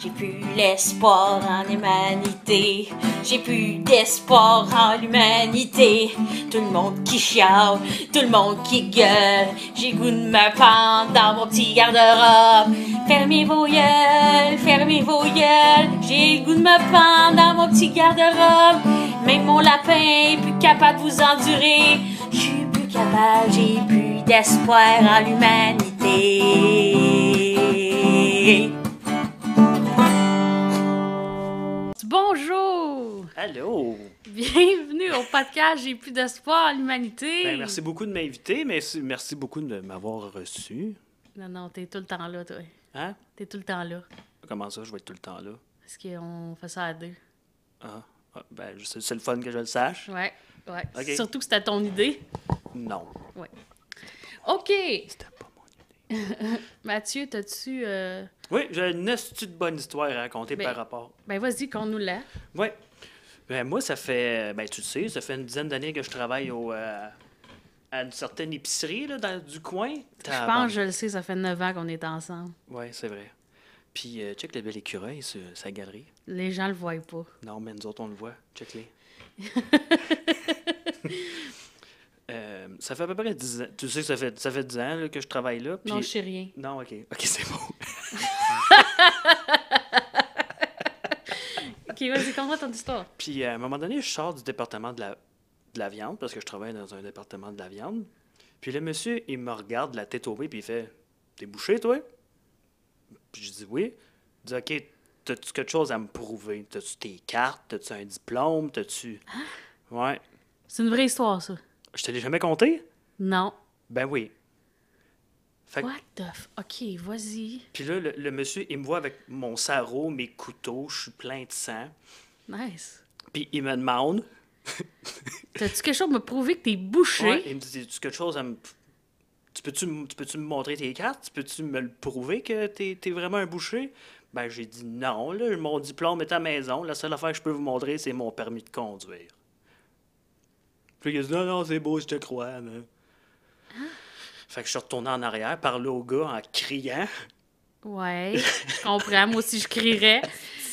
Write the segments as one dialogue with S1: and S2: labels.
S1: J'ai plus l'espoir en humanité. J'ai plus d'espoir en l'humanité. Tout le monde qui chiale, tout le monde qui gueule. J'ai goût de me pendre dans mon petit garde-robe. Fermez vos yeux, fermez vos yeux. J'ai goût de me pendre dans mon petit garde-robe. Même mon lapin est plus capable de vous endurer. Je suis plus capable, j'ai plus d'espoir en l'humanité.
S2: Bonjour!
S3: Allô!
S2: Bienvenue au podcast J'ai plus d'espoir à l'humanité!
S3: Ben, merci beaucoup de m'inviter, mais c- merci beaucoup de m'avoir reçu.
S2: Non, non, t'es tout le temps là, toi.
S3: Hein?
S2: T'es tout le temps là.
S3: Comment ça, je vais être tout le temps là?
S2: Parce qu'on fait ça à deux.
S3: Ah, ah, ben, je- c'est c'est le fun que je le sache.
S2: Ouais, ouais.
S3: Ok.
S2: Surtout que c'était ton idée.
S3: Non,
S2: OK!
S3: c'était pas mon idée.
S2: Mathieu, t'as-tu. euh,
S3: Oui, j'ai une petite bonne histoire à raconter
S2: Ben-
S3: par rapport.
S2: Ben, vas-y, qu'on nous l'a.
S3: Oui. Ben, moi, ça fait, ben, tu le sais, ça fait une dizaine d'années que je travaille au, euh, à une certaine épicerie là, dans, du coin.
S2: Je
S3: Ah,
S2: pense, je le sais, ça fait 9 ans qu'on est ensemble.
S3: Oui, c'est vrai. Puis, euh, check le bel écureuil sur sa galerie.
S2: Les gens le voient pas.
S3: Non, mais nous autres, on le voit. Check-les. Euh, ça fait à peu près 10 ans. Tu sais que ça fait, ça fait 10 ans là, que je travaille là. puis-
S2: Non, je sais rien.
S3: Non, OK. OK, c'est bon.
S2: OK, vas-y, conte-moi ton histoire.
S3: Puis à un moment donné, je sors du département de la, de la viande parce que je travaille dans un département de la viande. Puis le monsieur, il me regarde la tête au puis il fait T'es bouché, toi Puis je dis Oui. Il dit Ok, t'as-tu quelque chose à me prouver T'as-tu tes cartes T'as-tu un diplôme T'as-tu.
S2: Ah!
S3: Ouais.
S2: C'est une vraie histoire, ça.
S3: Je te l'ai jamais compté
S2: Non.
S3: Ben oui. Fait que-
S2: What the f... OK, vas-y.
S3: Puis là, le, le monsieur, il me voit avec mon sarrau, mes couteaux, je suis plein de sang.
S2: Nice.
S3: Puis il me demande
S2: T'as-tu quelque chose à me prouver que t'es bouché?
S3: Ouais, il me dit tu quelque chose à me. Tu peux-tu, m- tu peux-tu me montrer tes cartes? Tu peux-tu me le prouver que t'es, t'es vraiment un boucher? Ben, j'ai dit non, là, mon diplôme est à la maison. La seule affaire que je peux vous montrer, c'est mon permis de conduire. Puis il a dit non, non, c'est beau, je te crois. là. Fait que je suis retourné en arrière, parler au gars en criant.
S2: Ouais, je comprends. Moi aussi, je crierais.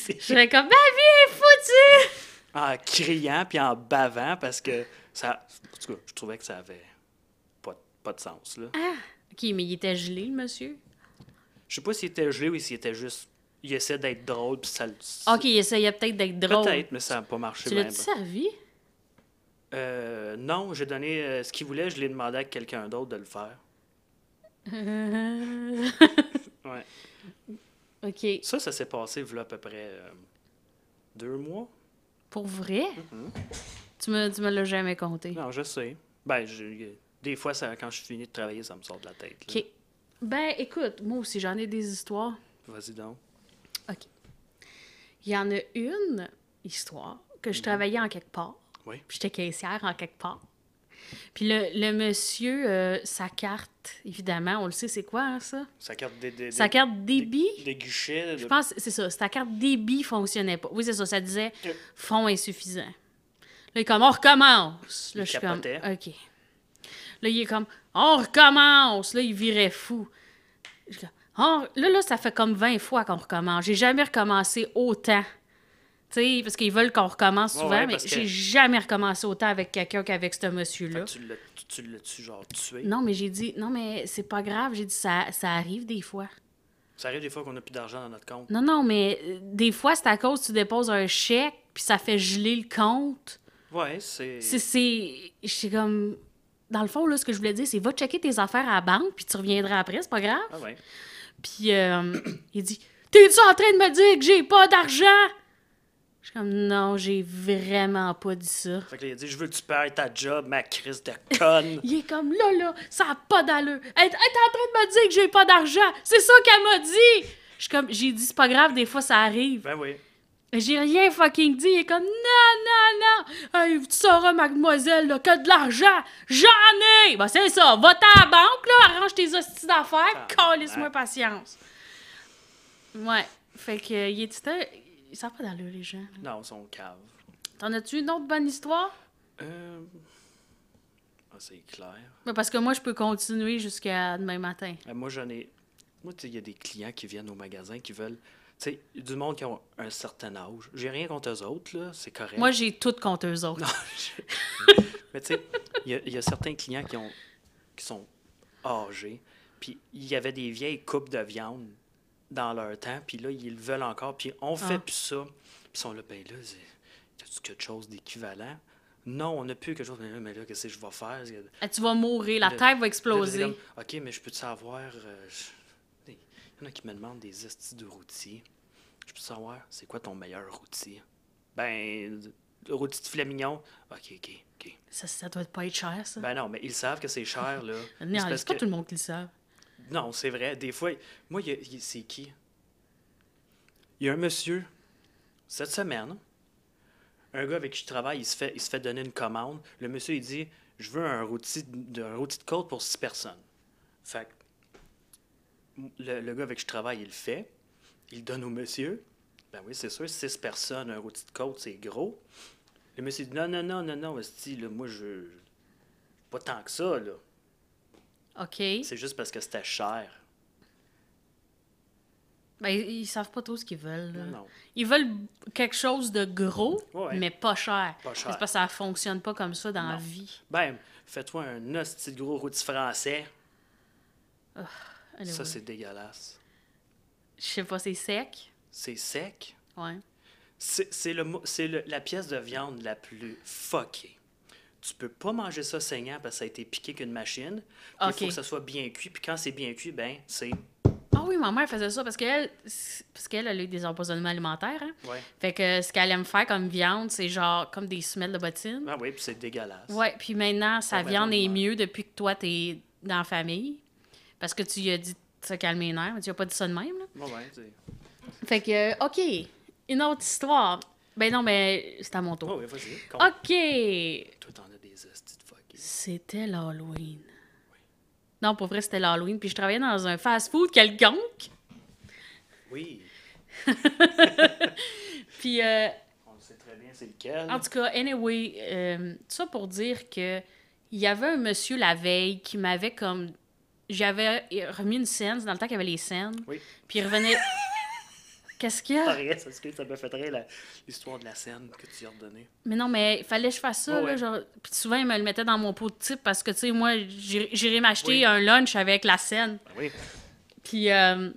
S2: Je serais comme « Ma vie est foutue!
S3: en criant puis en bavant parce que ça. En tout cas, je trouvais que ça avait pas, pas de sens. Là. »
S2: Ah. OK, mais il était gelé, le monsieur.
S3: Je sais pas s'il était gelé ou s'il était juste. Il essaie d'être drôle puis ça le.
S2: OK, il essayait peut-être d'être drôle.
S3: Peut-être, mais ça n'a pas marché
S2: Tu
S3: même.
S2: l'as-tu servi?
S3: Euh, non, j'ai donné euh, ce qu'il voulait, je l'ai demandé à quelqu'un d'autre de le faire.
S2: Euh,
S3: Ouais.
S2: OK.
S3: Ça, ça s'est passé voilà à peu près euh, deux mois.
S2: Pour vrai? Tu me, tu me l'as jamais compté.
S3: Non, je sais. Ben, j'ai- des fois, ça, quand je finis de travailler, ça me sort de la tête. là.
S2: OK. Ben, écoute, moi aussi, j'en ai des histoires.
S3: Vas-y donc.
S2: OK. Il y en a une histoire que je travaillais en quelque part.
S3: Mhm. Oui.
S2: Puis j'étais caissière en quelque part. Puis le, le monsieur, euh, sa carte, évidemment, on le sait, c'est quoi, hein, ça?
S3: Sa carte des, des,
S2: Sa
S3: des-
S2: carte
S3: des,
S2: débit?
S3: guichets.
S2: Je
S3: de-
S2: pense, c'est ça, sa carte débit fonctionnait pas. Oui, c'est ça, ça disait
S3: Ok.
S2: fonds insuffisant. Là, il est comme, on recommence. Là,
S3: Il
S2: je suis comme,
S3: capotait.
S2: OK. Là, il est comme, on recommence. Là, il virait fou. Je suis comme, On- Là, là, ça fait comme 20 fois qu'on recommence. J'ai jamais recommencé autant. Tu sais, parce qu'ils veulent qu'on recommence
S3: Ouais,
S2: souvent,
S3: ouais,
S2: mais
S3: parce que-
S2: j'ai jamais recommencé autant avec quelqu'un qu'avec ce monsieur-là.
S3: Fait que Tu l'as tu- tu l'as-tu genre tué?
S2: Non, mais j'ai dit, non, mais c'est pas grave. J'ai dit, ça, ça arrive des fois.
S3: Ça arrive des fois qu'on n'a plus d'argent dans notre compte.
S2: Non, non, mais euh, des fois, c'est à cause que tu déposes un chèque, puis ça fait geler le compte.
S3: Ouais, c'est.
S2: C'est- C'est. Je suis comme. Dans le fond, là, ce que je voulais dire, c'est va checker tes affaires à la banque, puis tu reviendras après, c'est pas grave.
S3: Ah ouais.
S2: Puis euh, il dit T'es-tu en train de me dire que j'ai pas d'argent Je suis comme Non, j'ai vraiment pas dit ça.
S3: Fait que là, il a dit Je veux que tu perdes ta job, ma crise de conne.
S2: Il est comme là, là, ça n'a pas d'allure. Elle, elle est en train de me dire que j'ai pas d'argent. C'est ça qu'elle m'a dit. Je suis comme, j'ai dit, c'est pas grave, des fois ça arrive.
S3: ben oui.
S2: J'ai rien fucking dit. Il est comme, non, non, non. Hey, tu sauras, mademoiselle, là, que de l'argent, j'en ai. Ben, c'est ça. Va-t'en à la banque, là, arrange tes hosties d'affaires.
S3: Ah,
S2: Calisse-moi
S3: ouais.
S2: patience. Ouais. Fait que, euh, il est tout un- Il sent pas d'allure, les gens. là.
S3: Non, son cave.
S2: T'en as-tu une autre bonne histoire?
S3: Euh. Ah, c'est clair.
S2: Ben, Parce que moi, je peux continuer jusqu'à demain matin.
S3: Euh, moi, j'en ai. Moi, tu sais, il y a des clients qui viennent au magasin qui veulent. tu Tu sais, du monde qui a un certain âge. J'ai rien contre eux autres, là, c'est correct.
S2: Moi, j'ai tout contre eux autres.
S3: Mais tu sais, il y a- il y, a certains clients qui, ont, qui sont âgés, puis il y avait des vieilles coupes de viande dans leur temps, puis là, ils le veulent encore, puis on fait
S2: Ah.
S3: plus ça. Puis ils sont là, ben là, c'est as-tu quelque chose d'équivalent? Non, on n'a plus quelque chose, mais là, mais là, qu'est-ce que je vais faire? Parce que-
S2: Ah, tu vas mourir, la
S3: Le-
S2: terre va
S3: Puis là, c'est
S2: exploser.
S3: comme, OK, mais je peux te savoir. euh, je- Il y en a qui me demandent des estis de routier. Je peux savoir, c'est quoi ton meilleur routier? Ben, le routier de filet mignon. OK, OK, OK.
S2: Ça, ça doit pas être cher, ça.
S3: Ben non, mais ils savent que c'est cher, là. Mais
S2: non,
S3: c'est parce
S2: c'est pas
S3: que-
S2: tout le monde qui le sait.
S3: Non, c'est vrai. Des fois, moi, il y a- il- c'est qui? Il y a un monsieur, cette semaine, un gars avec qui je travaille, il se fait, il se fait donner une commande. Le monsieur, il dit, je veux un rôti de, un rôti de côte pour six personnes. Fait que, m- le, le gars avec qui je travaille, il le fait. Il le donne au monsieur. Ben oui, c'est sûr, six personnes, un rôti de côte, c'est gros. Le monsieur dit, non, non, non, non, non, hostie, là, moi, je... Pas tant que ça, là.
S2: OK.
S3: C'est juste parce que c'était cher.
S2: Ben, ils ils savent pas trop ce qu'ils veulent. là.
S3: Non.
S2: Ils veulent quelque chose de gros,
S3: Ouais.
S2: mais pas cher.
S3: Pas cher.
S2: C'est parce que ça fonctionne pas comme ça dans la
S3: Non.
S2: vie.
S3: Ben, fais-toi un hostie de gros rôti français.
S2: Anyway.
S3: Ça, c'est dégueulasse.
S2: Je sais pas, c'est sec.
S3: C'est sec.
S2: Ouais.
S3: C'est c'est le mo- c'est le- la pièce de viande la plus fuckée. Tu peux pas manger ça saignant parce que ça a été piqué qu'une machine. Il
S2: Ok.
S3: faut que ça soit bien cuit. Puis quand c'est bien cuit, ben, c'est...
S2: Ah oui, ma mère faisait ça parce qu'elle, c'est- parce qu'elle elle a eu des empoisonnements alimentaires. Hein?
S3: Ouais.
S2: Fait que ce qu'elle aime faire comme viande, c'est genre comme des semelles de bottines.
S3: Ah oui, puis c'est dégueulasse.
S2: Ouais, puis maintenant, sa
S3: ben,
S2: viande est
S3: normal.
S2: mieux depuis que toi, t'es dans la famille. Parce que tu lui as dit de se calmer les nerfs, mais tu lui as pas dit ça de même. là.
S3: Ah Ouais, ouais, c'est-
S2: Fait que, euh, OK, une autre histoire. Ben non, mais c'est à mon tour.
S3: Ah Ouais, ouais, vas-y. compte.
S2: OK,
S3: Toi, t'en as des hosties de fuckées.
S2: C'était l'Halloween. Non, pour vrai, c'était l'Halloween. Puis je travaillais dans un fast-food quelconque.
S3: Oui,
S2: Puis, euh,
S3: on le sait très bien c'est lequel.
S2: en tout cas, anyway, euh, ça pour dire que il y avait un monsieur la veille qui m'avait comme. J'avais remis une scène, c'est dans le temps qu'il y avait les scènes.
S3: Oui.
S2: Puis il revenait. Qu'est-ce qu'il y a?
S3: Pareil, parce que ça me fait très la- l'histoire de la scène que tu as redonnée.
S2: Mais non, mais il fallait que je fasse ça.
S3: Ouais,
S2: là,
S3: ouais.
S2: genre... Puis souvent, il me le mettait dans mon pot de type parce que, tu sais, moi, j'ai- j'irais m'acheter
S3: Oui.
S2: un lunch avec la scène.
S3: Ben oui.
S2: Puis, euh...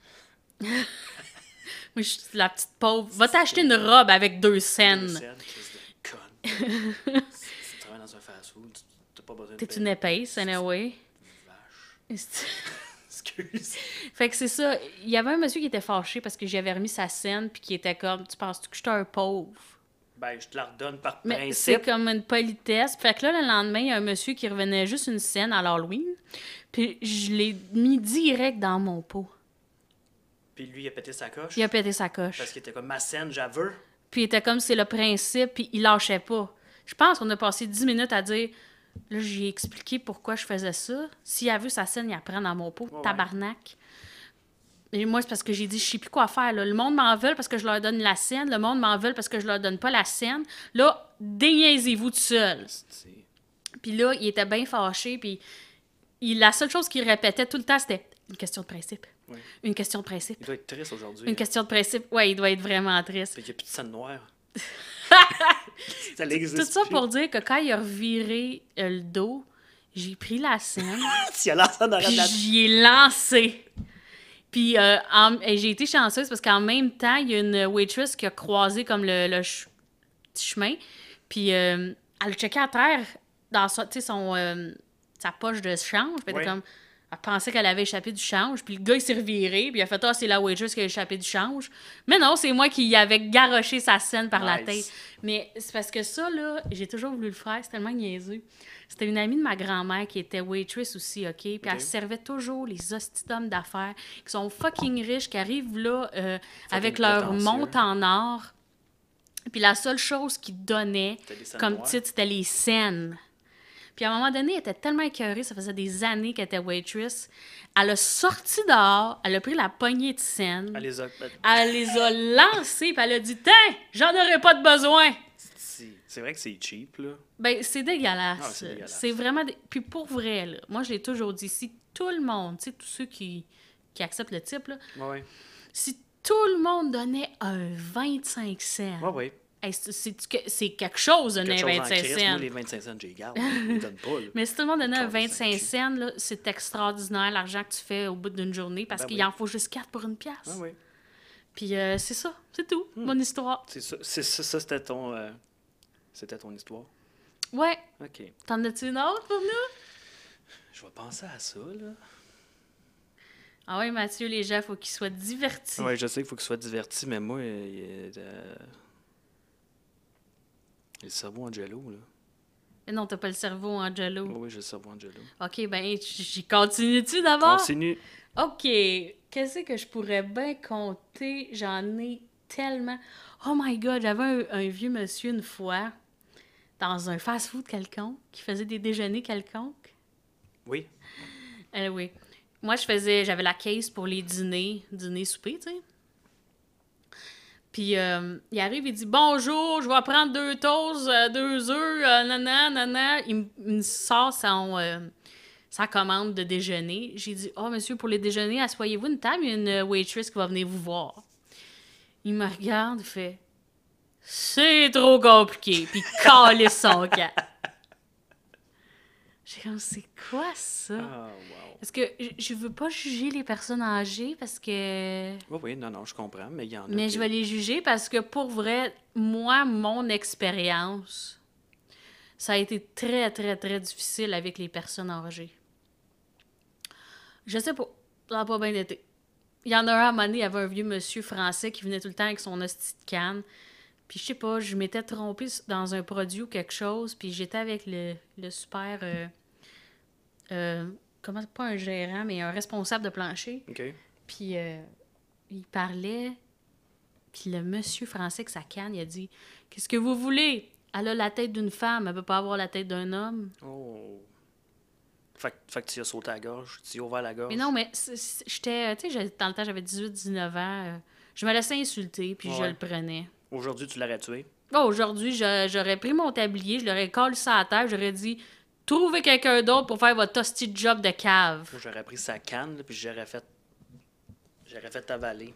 S2: moi, je suis la petite pauvre. Va t'acheter une robe avec deux scènes.
S3: Lucien, crise de conne. si si tu travailles dans un fast-food, tu- t'as pas besoin de
S2: T'es une épaisse, anyway.
S3: vache. Excuse.
S2: fait que c'est ça. Il y avait un monsieur qui était fâché parce que j'avais remis sa scène, puis qui était comme Tu penses-tu que je suis un pauvre?
S3: Ben, je te la redonne par
S2: Mais c'est
S3: principe.
S2: comme une politesse. Fait que là, le lendemain, il y a un monsieur qui revenait juste une scène à l'Halloween, puis je l'ai mis direct dans mon pot.
S3: Puis lui, il a pété sa coche.
S2: Il a pété sa coche.
S3: Parce qu'il était comme ma scène, j'avoue.
S2: Puis il était comme c'est le principe, puis il lâchait pas. Je pense qu'on a passé 10 minutes à dire là, j'ai expliqué pourquoi je faisais ça. S'il a vu sa scène, il apprend dans mon pot,
S3: ouais.
S2: tabarnak. Et moi, c'est parce que j'ai dit, je sais plus quoi faire. là. Le monde m'en veut parce que je leur donne la scène. Le monde m'en veut parce que je leur donne pas la scène. Là, déniaisez-vous tout seul. Puis là, il était bien fâché. Puis il- la seule chose qu'il répétait tout le temps, c'était une question de principe.
S3: Ouais.
S2: Une question de principe.
S3: Il doit être triste aujourd'hui. hein.
S2: Une question de principe. Ouais, il doit être vraiment triste.
S3: Fait qu'il n'y a plus de scène noire. ça n'existe
S2: Tout ça
S3: plus.
S2: pour dire que quand il a reviré euh, le dos, j'ai pris la scène,
S3: Il a lancé dans la
S2: puis
S3: la-
S2: j'y ai lancé. Puis euh, en- et j'ai été chanceuse parce qu'en même temps, il y a une waitress qui a croisé comme le, le ch- petit chemin, puis euh, elle le checkait à terre dans sa, tu sais, son, euh, sa poche de change. Puis elle était
S3: Ouais.
S2: comme, elle pensait qu'elle avait échappé du change, puis le gars il s'est reviré, puis il a fait « Ah, c'est la waitress qui a échappé du change. » Mais non, c'est moi qui y avait garoché sa scène par la
S3: Nice.
S2: tête. Mais c'est parce que ça, là, j'ai toujours voulu le faire, c'est tellement niaiseux. C'était une amie de ma grand-mère qui était waitress aussi, OK? Puis elle servait toujours les hosties d'hommes d'affaires qui sont fucking riches, qui arrivent là euh, avec leur
S3: prétentieux.
S2: monte en or. Puis la seule chose qu'ils donnaient
S3: C'était des scènes
S2: comme
S3: noires.
S2: titre, c'était les scènes. Puis à un moment donné, elle était tellement écœurée, ça faisait des années qu'elle était waitress. Elle a sorti dehors, elle a pris la poignée de scène.
S3: Elle les a-
S2: Elle les a lancées, puis elle a dit Tiens, j'en aurais pas de besoin.
S3: C'est c'est vrai que c'est cheap, là.
S2: Ben, c'est
S3: Ah,
S2: dégueulasse.
S3: c'est dégueulasse.
S2: c'est vraiment. dé- Puis pour vrai, là, moi, je l'ai toujours dit si tout le monde, tu sais, tous ceux qui, qui acceptent le type, là,
S3: Ouais.
S2: si Tout le monde donnait un 25 cents.
S3: Ouais, ouais.
S2: Hey, c'est- c'est que- c'est quelque chose, donner
S3: Quelque
S2: un
S3: chose en
S2: 25
S3: crise, moi,
S2: cents.
S3: les 25 cents, je les garde. Je les donne pas, là.
S2: Mais si tout le monde donnait un 25
S3: 45
S2: cents, là, c'est extraordinaire l'argent que tu fais au bout d'une journée parce
S3: Ben
S2: qu'il
S3: oui.
S2: en faut juste 4 pour une pièce.
S3: Ah, ouais. Hmm.
S2: Puis euh, c'est ça, c'est tout, mon histoire.
S3: C'est ça, c'est ça, ça, c'était ton, euh, c'était ton histoire.
S2: Ouais,
S3: OK.
S2: t'en as-tu une autre pour nous?
S3: Je vais penser à ça, là.
S2: Ah oui, Mathieu, les gens, faut qu'ils soient divertis.
S3: Ouais, je sais qu'il faut qu'il soit diverti, mais moi, euh, il est, euh, il est le cerveau Angelo, là.
S2: Mais non, t'as pas le cerveau, Angelo.
S3: Oui, j'ai le cerveau Angelo.
S2: OK, ben, j- j'y continue-tu d'abord?
S3: Continue.
S2: OK. Qu'est-ce que je pourrais bien compter? J'en ai tellement. Oh my God, j'avais un, un vieux monsieur une fois dans un fast-food quelconque qui faisait des déjeuners quelconques.
S3: Oui.
S2: Euh, oui. Moi, je faisais, j'avais la caisse pour les dîners, dîner souper, tu sais. Puis euh, il arrive, il dit bonjour, je vais prendre deux toasts, euh, deux œufs, euh, nanana, nanana. Il, me- il me sort son, euh, sa commande de déjeuner. J'ai dit oh monsieur pour les déjeuners, asseyez-vous une table, il y a une euh, waitress qui va venir vous voir. Il me regarde, il fait c'est trop compliqué, puis il calisse son camp. J'ai comme c'est quoi ça?
S3: Ah, wow.
S2: Parce que je- je veux pas juger les personnes âgées parce que.
S3: Oui, oui, non, non, je comprends, mais il y en a.
S2: Mais
S3: qui-
S2: je vais les juger parce que pour vrai, moi, mon expérience, ça a été très, très, très difficile avec les personnes âgées. Je sais pas, ça n'a pas bien été. Il y en a un à un moment donné, il y avait un vieux monsieur français qui venait tout le temps avec son hostie de canne. Puis je sais pas, je m'étais trompée s- dans un produit ou quelque chose, puis j'étais avec le, le super. euh, euh, comment, pas un gérant, mais un responsable de plancher.
S3: OK.
S2: Puis euh, il parlait. Puis le monsieur français avec sa canne, il a dit Qu'est-ce que vous voulez Elle a la tête d'une femme, elle peut pas avoir la tête d'un homme.
S3: Oh. Fait, que- fait que tu as sauté à la gorge, tu as ouvert la gorge.
S2: Mais non, mais c'est- c'est- j'étais. Tu sais, j'ai- dans le temps, j'avais 18-19 ans. euh, je me laissais insulter, puis je
S3: Ouais.
S2: le prenais.
S3: Aujourd'hui, tu l'aurais tué.
S2: Bon, aujourd'hui, je- j'aurais pris mon tablier, je l'aurais collé sur la table, j'aurais dit Trouvez quelqu'un d'autre pour faire votre hostie de job de cave.
S3: Moi, j'aurais pris sa canne, là, puis j'aurais fait. J'aurais fait avaler.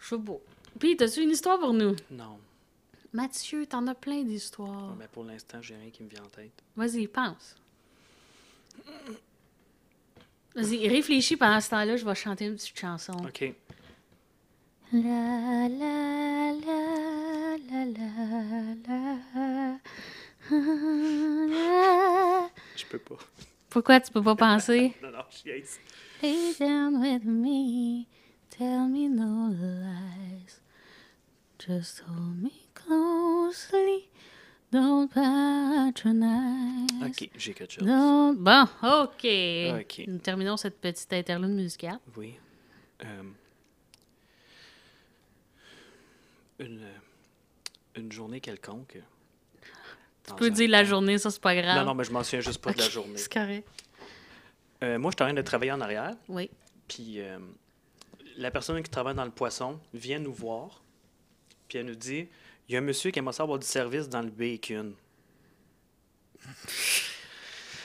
S2: Je suis beau. Puis, t'as-tu une histoire pour nous
S3: Non.
S2: Mathieu, t'en as plein d'histoires.
S3: Mais pour l'instant, j'ai rien qui me vient en tête.
S2: Vas-y, pense. Vas-y, réfléchis pendant ce temps-là, je vais chanter une petite chanson.
S3: OK.
S2: La la la la la la. la.
S3: Je peux pas.
S2: Pourquoi tu peux pas penser?
S3: Non, non, je suis
S2: Lay down with me, tell me no lies. Just hold me closely, don't patronize.
S3: OK, j'ai quelque chose.
S2: Non, bon, OK.
S3: OK.
S2: Nous terminons cette petite interlude musicale.
S3: Oui. Euh, une, euh, une journée quelconque.
S2: Tu peux dire la journée, ça, c'est pas grave.
S3: Non, non, mais je m'en souviens juste pas de la
S2: Ok,
S3: journée.
S2: C'est correct.
S3: Euh, moi, je suis en train de travailler en arrière,
S2: Oui.
S3: puis euh, la personne qui travaille dans le poisson vient nous voir, puis elle nous dit il y a un monsieur qui aimerait ça avoir du service dans le bacon.
S2: Tu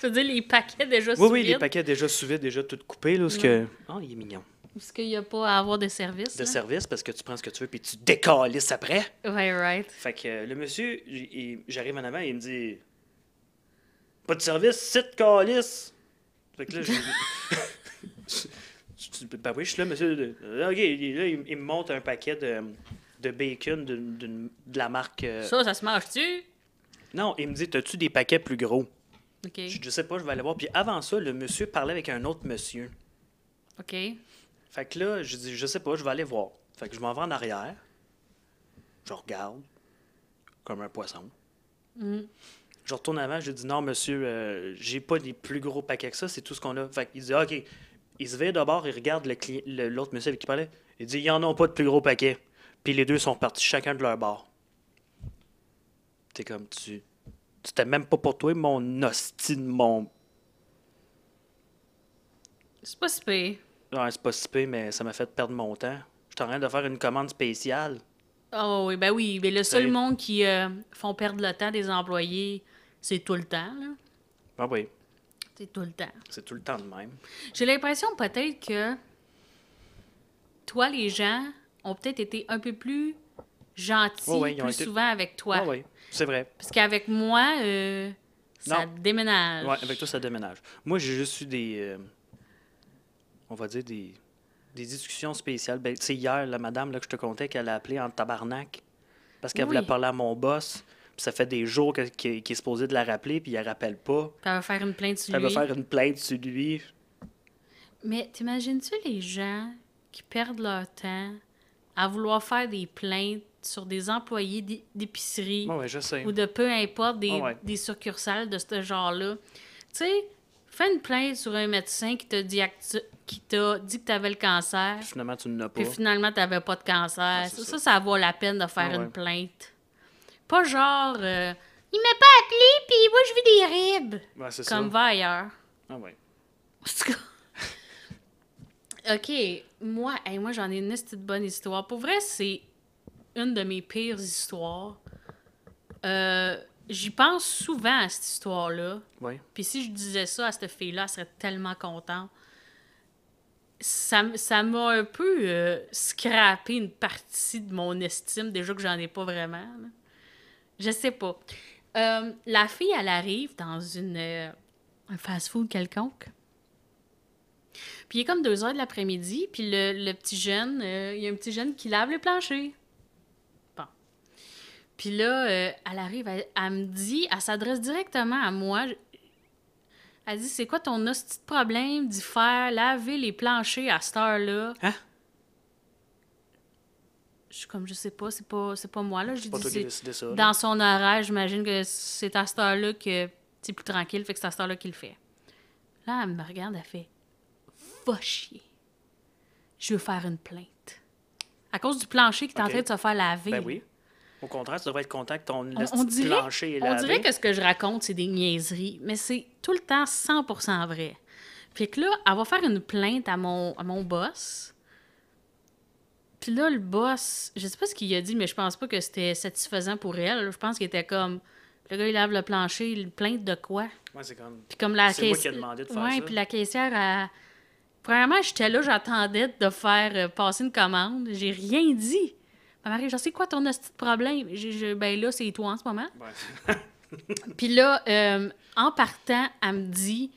S2: veux dire les paquets déjà sous
S3: Oui, oui,
S2: vide,
S3: les paquets déjà sous vide, déjà tout coupé, là, parce que. Ah, il est mignon.
S2: Parce qu'il n'y a pas à avoir de service.
S3: De
S2: là.
S3: service, parce que tu prends ce que tu veux, puis tu décalisses après.
S2: Ouais, right.
S3: Fait que euh, le monsieur, j- il- j'arrive en avant, il me dit Pas de service, site calice. Fait que là, je. Je dis, ben oui, je suis là, monsieur. de- euh, Ok, il- là, il, il me montre un paquet de, de bacon d'une- d'une- de la marque. euh,
S2: Ça, ça se mange-tu?
S3: Non, il me dit T'as-tu des paquets plus gros
S2: OK.
S3: je, je sais pas, je vais aller voir. Puis avant ça, le monsieur parlait avec un autre monsieur.
S2: OK.
S3: Fait que là, je dis, je sais pas, je vais aller voir. Fait que je m'en vais en arrière. Je regarde. Comme un poisson. Je retourne avant, je dis, non, monsieur, euh, j'ai pas des plus gros paquets que ça, c'est tout ce qu'on a. Fait qu'il dit, ah, OK. Il se vire d'abord, il regarde le cli- le- l'autre monsieur avec qui il parlait. Il dit, ils en ont pas de plus gros paquets. Puis les deux sont partis chacun de leur bord. T'es comme, tu. C'était même pas pour toi, mon hostie de mon.
S2: C'est pas si pire.
S3: Ouais, c'est pas si pire, mais ça m'a fait perdre mon temps. Je suis en train de faire une commande spéciale.
S2: Oh oui, ben oui. Mais le seul
S3: Salut.
S2: monde qui euh, font perdre le temps des employés, c'est tout le temps, là.
S3: Ah oui,
S2: C'est tout le temps.
S3: c'est tout le temps de même.
S2: J'ai l'impression peut-être que toi, les gens, ont peut-être été un peu plus gentils
S3: Ouais, ouais, ils ont
S2: plus
S3: été-
S2: souvent avec toi.
S3: Ah oui, c'est vrai.
S2: Parce qu'avec moi, euh, ça
S3: Non.
S2: déménage.
S3: Ouais, avec toi, ça déménage. Moi, j'ai juste eu des. euh, on va dire des, des discussions spéciales. Ben, tu sais, hier, la madame là, que je te contais qu'elle a appelé en tabarnak parce qu'elle
S2: Oui.
S3: voulait parler à mon boss. Puis ça fait des jours que- qu'il qu'il est supposé de la rappeler, puis il la rappelle pas.
S2: Puis elle va faire une plainte sur
S3: Elle veut
S2: lui.
S3: faire une plainte sur lui.
S2: Mais t'imagines-tu les gens qui perdent leur temps à vouloir faire des plaintes sur des employés d'é- d'épicerie
S3: Ah Ouais, ouais, je sais.
S2: ou de peu importe des,
S3: Ah ouais.
S2: des succursales de ce genre-là? Tu sais, fais une plainte sur un médecin qui t'a dit, actu- qui t'a dit que t'avais le cancer,
S3: Finalement, tu ne l'as pas.
S2: puis finalement t'avais pas de cancer.
S3: Ouais, c'est
S2: ça,
S3: ça.
S2: ça, ça vaut la peine de faire
S3: Ah ouais.
S2: une plainte. Pas genre, euh, il m'a pas appelé, puis moi je vis des ribes.
S3: Ouais, c'est
S2: Comme
S3: ça.
S2: va ailleurs.
S3: Ah, ouais.
S2: En tout cas. OK, moi, hey, moi j'en ai une petite bonne histoire. Pour vrai, c'est une de mes pires histoires. Euh, J'y pense souvent à cette histoire-là.
S3: Ouais.
S2: Puis si je disais ça à cette fille-là, elle serait tellement contente. Ça m- ça m'a un peu euh, scrappé une partie de mon estime, déjà que j'en ai pas vraiment. là. Je sais pas. Euh, la fille, elle arrive dans une, euh, un fast-food quelconque. Puis il est comme 2 heures de l'après-midi, puis le, le petit jeune, euh, il y a un petit jeune qui lave le plancher. Bon. Puis là, euh, elle arrive, elle, elle me dit, elle s'adresse directement à moi. Elle dit C'est quoi ton hostie de problème d'y faire laver les planchers à cette heure-là
S3: Hein?
S2: Je suis comme, je sais pas, c'est pas, c'est pas moi, là. Je
S3: C'est pas
S2: dis,
S3: toi qui
S2: c'est-
S3: as décidé ça. là.
S2: dans son horaire, j'imagine que c'est à cette heure-là que c'est plus tranquille, fait que c'est à cette heure-là qu'il le fait. Là, elle me regarde, elle fait Va chier. Je veux faire une plainte. À cause du plancher qui est
S3: Ok.
S2: en train de se faire laver.
S3: Ben oui. Au contraire, tu devrais être content que ton
S2: On,
S3: laisse
S2: on dirait,
S3: plancher et
S2: on
S3: laver.
S2: dirait que ce que je raconte, c'est des niaiseries, mais c'est tout le temps 100% vrai. Puis que là, elle va faire une plainte à mon, à mon boss. Puis là, le boss, je sais pas ce qu'il a dit, mais je pense pas que c'était satisfaisant pour elle. Je pense qu'il était comme, le gars, il lave le plancher, il plainte de quoi?
S3: Ouais, c'est comme.
S2: Puis comme la
S3: C'est moi
S2: caiss-
S3: qui ai demandé de faire
S2: Ouais,
S3: ça.
S2: puis la caissière, elle- premièrement, j'étais là, j'attendais de faire euh, passer une commande. J'ai rien dit. Ma Marie, je sais quoi ton hostie de problème? J'ai- je- ben là, c'est toi en ce moment.
S3: Ouais.
S2: Puis là, euh, en partant, elle me dit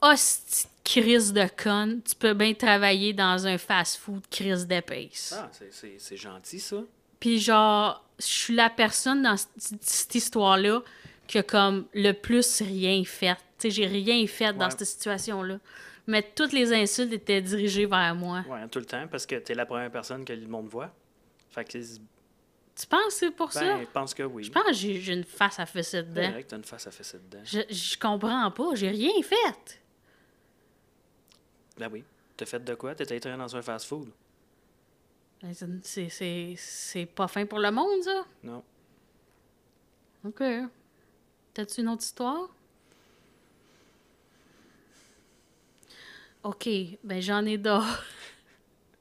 S2: Hostie de crise de conne, tu peux bien travailler dans un fast-food crise d'épaisse.
S3: Ah, c'est- c'est c'est gentil, ça.
S2: Puis genre, je suis la personne dans cette, cette histoire-là qui a comme le plus rien fait. Tu sais, j'ai rien fait dans
S3: Ouais.
S2: cette situation-là. Mais toutes les insultes étaient dirigées vers moi.
S3: Ouais, tout le temps, parce que t'es la première personne que le monde voit. Fait que,
S2: Tu penses que c'est pour ça?
S3: ben, je pense que oui.
S2: Je pense que j'ai j'ai une face à faire ça
S3: C'est
S2: dedans.
S3: vrai que t'as une face à fesser dedans.
S2: Je, je comprends pas, j'ai rien fait.
S3: Ben oui. T'as fait de quoi? T'étais étonnant dans un fast-food?
S2: Ben, c'est- c'est- C'est c'est pas fin pour le monde, ça.
S3: Non.
S2: OK. T'as-tu une autre histoire? OK, ben j'en ai d'autres.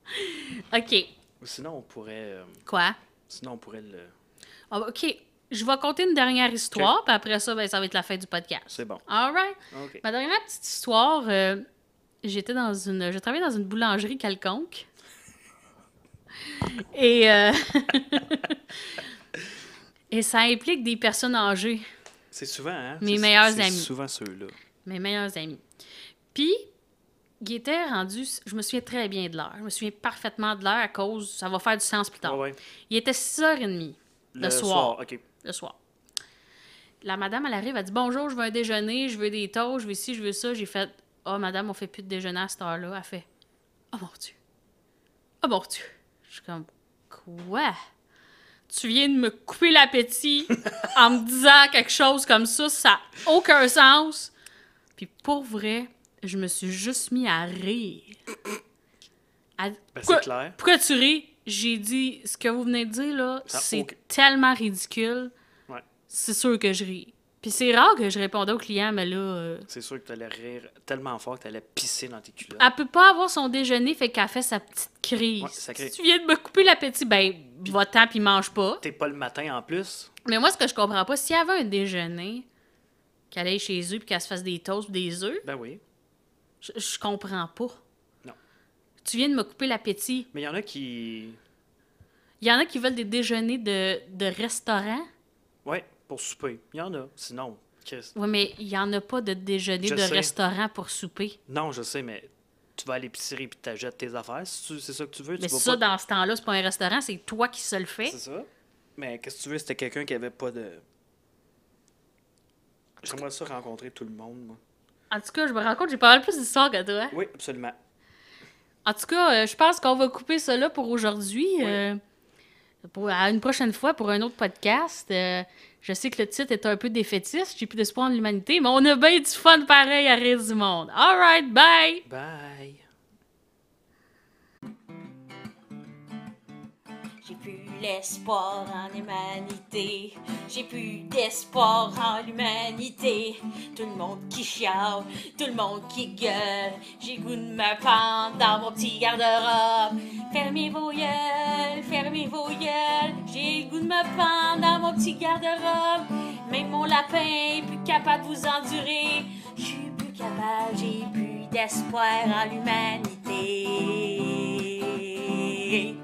S2: OK,
S3: Ou Sinon, on pourrait... euh,
S2: quoi?
S3: sinon, on pourrait le...
S2: Ah, OK, je vais compter une dernière histoire, puis après ça, ben, ça va être la fin du podcast.
S3: C'est bon. Ben,
S2: All right.
S3: OK.
S2: Ma dernière petite histoire, euh, j'étais dans une... Je travaillais dans une boulangerie quelconque. Et... euh, Et ça implique des personnes âgées.
S3: C'est souvent, hein?
S2: Mes
S3: C'est-
S2: meilleurs
S3: c'est
S2: amis.
S3: souvent ceux-là.
S2: mes meilleurs amis. Puis, il était rendu, je me souviens très bien de l'heure. Je me souviens parfaitement de l'heure à cause, ça va faire du sens plus tard.
S3: Ouais, ouais.
S2: Il était 6h30
S3: Le,
S2: Le
S3: soir.
S2: soir.
S3: OK. Ben,
S2: le soir. La madame, elle arrive, elle dit Bonjour, je veux un déjeuner, je veux des toasts, je veux ci, je veux ça. J'ai fait Ah, madame, on fait plus de déjeuner à cette heure-là. Elle fait Oh mon Dieu. Oh mon Dieu. Je suis comme Quoi Tu viens de me couper l'appétit en me disant quelque chose comme ça, ça a aucun sens. Puis pour vrai, je me suis juste mis à rire. Elle dit,
S3: Ben, c'est
S2: Quoi?
S3: clair.
S2: pourquoi tu ris? J'ai dit, ce que vous venez de dire, là,
S3: Ça a
S2: c'est
S3: aucun-
S2: tellement ridicule.
S3: Ouais.
S2: C'est sûr que je ris. Puis c'est rare que je réponde aux clients, mais là, euh,
S3: C'est sûr que t'allais rire tellement fort que t'allais pisser dans tes culottes.
S2: elle peut pas avoir son déjeuner, fait qu'elle fait sa petite crise.
S3: Ouais, ça crée-
S2: Si tu viens de me couper l'appétit, ben, va-t'en puis mange pas.
S3: T'es pas le matin, en plus.
S2: Mais moi, ce que je comprends pas, s'il y avait un déjeuner, qu'elle aille chez eux puis qu'elle se fasse des toasts ou des œufs,
S3: Ben oui.
S2: je, je comprends pas.
S3: Non.
S2: Tu viens de me couper l'appétit.
S3: Mais il y en a qui...
S2: Il y en a qui veulent des déjeuners de, de restaurant.
S3: Ouais, pour souper. Il y en a. Sinon, Chris.
S2: Oui, mais il n'y en a pas de déjeuner
S3: Je
S2: de
S3: sais.
S2: restaurant pour souper.
S3: Non, je sais, mais tu vas à l'épicerie puis t'achètes tes affaires. Si tu- c'est ça que tu veux, tu
S2: Mais
S3: vas
S2: ça,
S3: pas.
S2: dans ce temps-là, c'est pas un restaurant, c'est toi qui se le fais.
S3: C'est ça. Mais qu'est-ce que tu veux, c'était quelqu'un qui avait pas de. J'aimerais ça rencontrer tout le monde, moi.
S2: En tout cas, je me rends compte, j'ai pas mal plus d'histoires que toi.
S3: Oui, absolument.
S2: En tout cas, euh, je pense qu'on va couper ça là pour aujourd'hui. euh, pour, à une prochaine fois pour un autre podcast. Euh, je sais que le titre est un peu défaitiste, j'ai plus d'espoir en l'humanité, mais on a bien du fun pareil à Rire du Monde. All right, bye!
S3: Bye.
S1: J'ai plus l'espoir en l'humanité. J'ai plus d'espoir en l'humanité. Tout le monde qui chiale, tout le monde qui gueule. J'ai le goût de me pendre dans mon petit garde-robe. Fermez vos yeux, fermez vos yeux. J'ai le goût de me pendre dans mon petit garde-robe. Même mon lapin est plus capable de vous endurer. Je suis plus capable, j'ai plus d'espoir en l'humanité.